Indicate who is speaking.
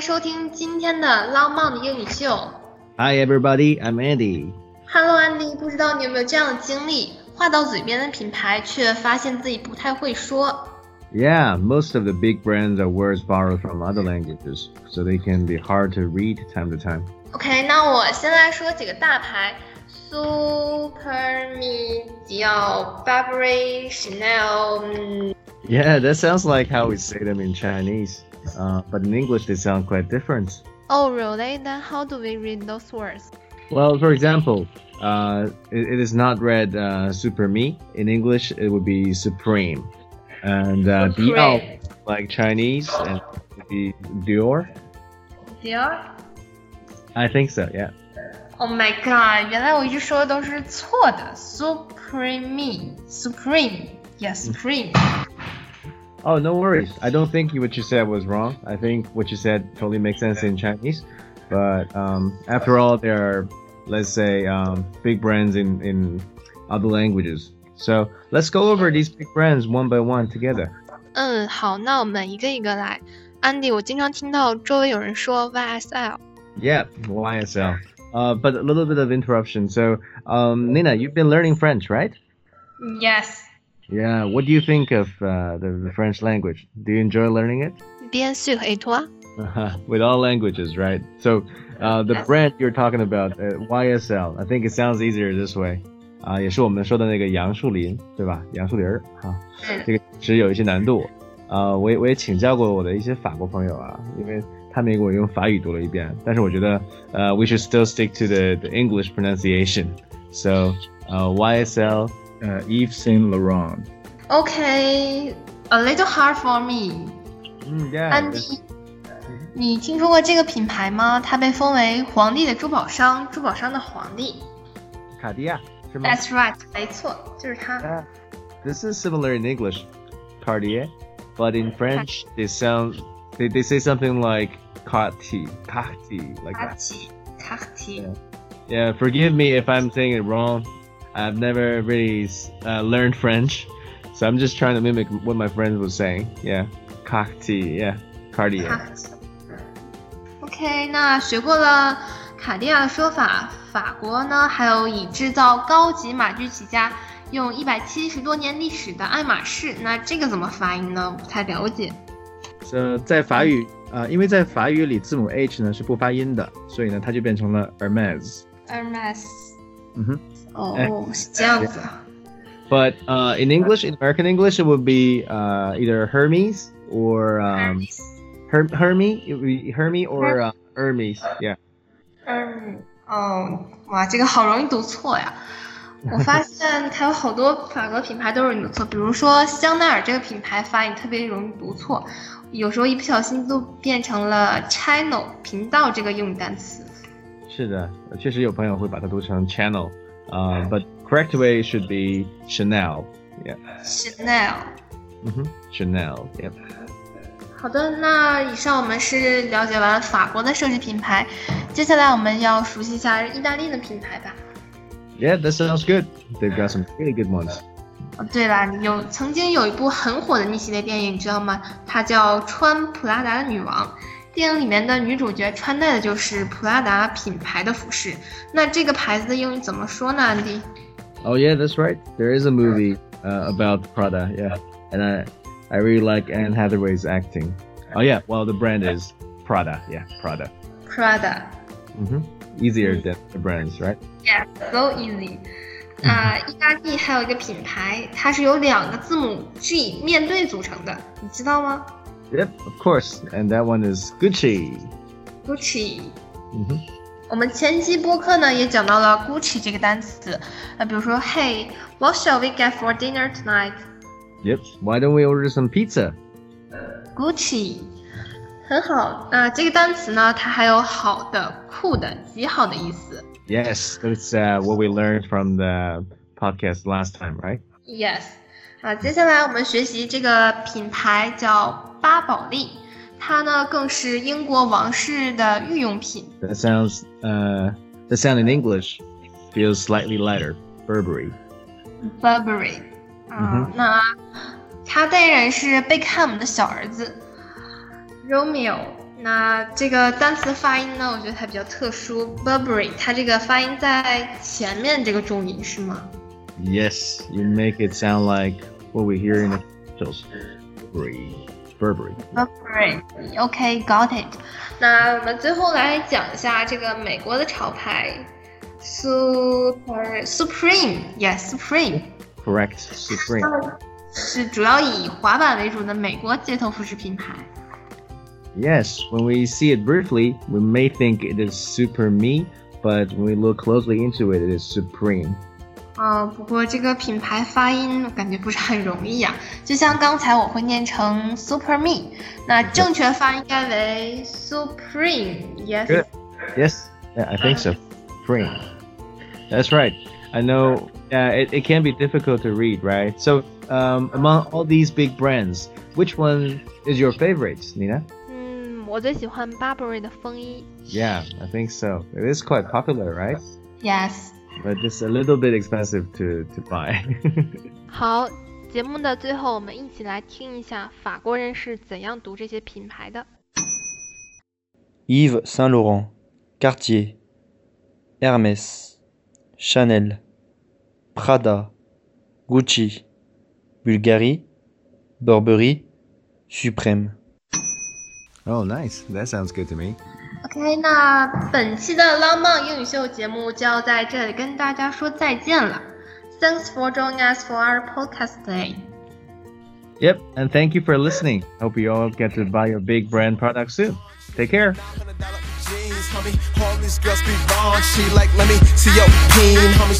Speaker 1: 收听今天的《浪漫的英语秀》。
Speaker 2: Hi everybody, I'm Andy。
Speaker 1: Hello Andy，不知道你有没有这样的经历？话到嘴边的品牌，却发现自己不太会说。
Speaker 2: Yeah, most of the big brands are words borrowed from other languages, so they can be hard to read time to time.
Speaker 1: OK，那我先来说几个大牌：Super、Me、迪奥、Burberry、Chanel 嗯。
Speaker 2: Yeah, that sounds like how we say them in Chinese. Uh, but in English, they sound quite different.
Speaker 1: Oh really? Then how do we read those words?
Speaker 2: Well, for example, uh, it, it is not read uh, Super Me. In English, it would be Supreme. And uh,
Speaker 1: Supreme.
Speaker 2: DL, like Chinese, and it would be Dior.
Speaker 1: Dior?
Speaker 2: I think so, yeah.
Speaker 1: Oh my god！原来我一直说的都是错的。Supreme，Supreme，Yes，Supreme。
Speaker 2: Oh, no worries. I don't think what you said was wrong. I think what you said totally makes sense in Chinese. But um, after all, there are, let's say, um, big brands in, in other languages. So let's go over these big brands one by one together.
Speaker 1: 嗯，好，那我们一个一个来。Andy，我经常听到哦周围有人说 YSL。
Speaker 2: Yeah, YSL. Uh, but a little bit of interruption. So, um, Nina, you've been learning French, right?
Speaker 1: Yes。
Speaker 2: Yeah. What do you think of uh, the, the French language? Do you enjoy learning it?
Speaker 1: Bien sûr et toi?
Speaker 2: With all languages, right? So, uh, the
Speaker 1: Yes.
Speaker 2: brand you're talking about, uh, YSL. I think it sounds easier this way. 啊、也是我们说的那个杨树林，对吧？杨树林儿啊，
Speaker 1: 嗯
Speaker 2: 这个其实有一些难度。呃，我也我也请教过我的一些法国朋友啊，因为他们也给我用法语读了一遍，但是我觉得，呃，we should still stick to the the English pronunciation. So, 呃、YSL,
Speaker 3: uh, Yves Saint Laurent.
Speaker 1: OK, a little hard for me.
Speaker 2: 嗯，yeah, Mm,
Speaker 1: 安迪，你听说过这个品牌吗？它被封为皇帝的珠宝商，珠宝商的皇帝。
Speaker 2: 卡地亚是吗
Speaker 1: That's right，没错，就是它。
Speaker 2: Yeah. This is similar in English, Cartier, but in French they sound they, they say something like Cartier, Cartier, like
Speaker 1: 卡
Speaker 2: that.
Speaker 1: 奇，卡奇。
Speaker 2: Yeah, forgive me if I'm saying it wrong. I've never really uh, learned French, so I'm just trying to mimic what my friends were saying. Yeah, Cartier, yeah, Cartier.
Speaker 1: OK，那学过了卡地亚的说法，法国呢还有以制造高级马具起家，用一百七十多年历史的爱马仕，那这个怎么发音呢？我不太了解。
Speaker 3: 呃，在法语啊、呃因为在法语里字母 H 呢是不发音的，所以呢它就变成了 Hermes。
Speaker 1: Hermes。
Speaker 3: 嗯哼。哎
Speaker 1: 哦，是这样子。
Speaker 2: But uh, in English, in American English, it would be uh, either Hermes or
Speaker 3: 嗯
Speaker 2: um, Her- Hermes, it would be Hermes or uh, Hermes. Yeah.
Speaker 1: 嗯，哦，哇，这个好容易读错呀！我发现还有好多法国品牌都容易读错，比如说香奈儿这个品牌发音特别容易读错，有时候一不小心就变成了 channel 频道这个英语单词。
Speaker 2: 是的，确实有朋友会把它读成 channel，啊、b u t correct way should be Chanel。
Speaker 1: Chanel。
Speaker 2: 嗯哼，Chanel。Yep。
Speaker 1: 好的，那以上我们是了解完法国的设计品牌，接下来我们要熟悉一下意大利的品牌吧。
Speaker 2: Yeah, that sounds good. They've got some really good ones.
Speaker 1: 哦，对了，你有曾经有一部很火的逆袭类电影，你知道吗？它叫《穿普拉达的女王》。电影里面的女主角穿戴的就是普拉达品牌的服饰。那这个牌子的英语怎么说呢？安迪
Speaker 2: Oh yeah, that's right. There is a movie uh, about Prada. Yeah, and I, I really like Anne Hathaway's acting. Oh yeah, well the brand is Prada. Yeah, Prada.
Speaker 1: ，Prada。
Speaker 2: Mm-hmm. Easier than the brands, right?
Speaker 1: Yeah, so easy。啊、意大利还有一个品牌，它是由两个字母 G 面对组成的，你知道吗
Speaker 2: Yep, of course. And that one is Gucci.
Speaker 1: ？Gucci。
Speaker 2: Mm-hmm.
Speaker 1: 我们前期播客呢也讲到了 Gucci 这个单词，呃，比如说 Hey，what shall we get for dinner tonight？
Speaker 2: Yep. Why don't we order some pizza?
Speaker 1: Gucci，很好。那、这个单词呢，它还有好的、酷的、极好的意思。
Speaker 2: Yes, that's uh, what we learned from the podcast last time, right?
Speaker 1: Yes，啊，接下来我们学习这个品牌叫巴宝莉，它呢更是英国王室的御用品。
Speaker 2: That sounds uh, the sound in English feels slightly lighter. Burberry.
Speaker 1: Burberry，啊、
Speaker 2: 嗯
Speaker 1: 那他代言人是贝克汉姆的小儿子 Romeo。那这个单词发音呢，我觉得它比较特殊。Burberry，它这个发音在前面这个重音是吗？
Speaker 2: Yes, you make it sound like what we hear in the commercials. Burberry. Burberry.
Speaker 1: Burberry，OK，got、it。那我们最后来讲一下这个美国的潮牌，Super Supreme，yes，Supreme，
Speaker 2: Correct. Supreme.
Speaker 1: 是主要以滑板为主的美国街头服饰品牌。
Speaker 2: Yes, when we see it briefly, we may think it is Super Me, but when we look closely into it, it is Supreme.
Speaker 1: 嗯，不过这个品牌发音我感觉不是很容易呀、啊就像刚才我会念成 Super Me，那正确发音应该为 Supreme，yes
Speaker 2: Good.。Yes, yeah, I think so. Supreme. That's right. I know uh, it, it can be difficult to read, right? So, um, among all these big brands, which one is your favorite, Nina?
Speaker 1: 嗯，我最喜欢 Burberry 的风衣
Speaker 2: Yeah, I think so. It is quite popular, right?
Speaker 1: ，yes。
Speaker 2: But just a little bit expensive to, to buy.
Speaker 4: 好，节目的最后，我们一起来听一下法国人是怎样读这些品牌的。
Speaker 5: Yves Saint Laurent, Cartier, Hermès, Chanel, Prada, Gucci, Bulgari, Burberry, Supreme.
Speaker 2: oh, nice. That sounds good to me.
Speaker 1: OK，那本期的浪漫英语秀节目就要在这里跟大家说再见了。Thanks for joining us for our podcast today.
Speaker 2: Yep, and thank you for listening. Hope you all get to buy your big brand products soon. Take care.
Speaker 6: Jeans, homie, homeless girl speak wrong. She like, let me see your peen, homie.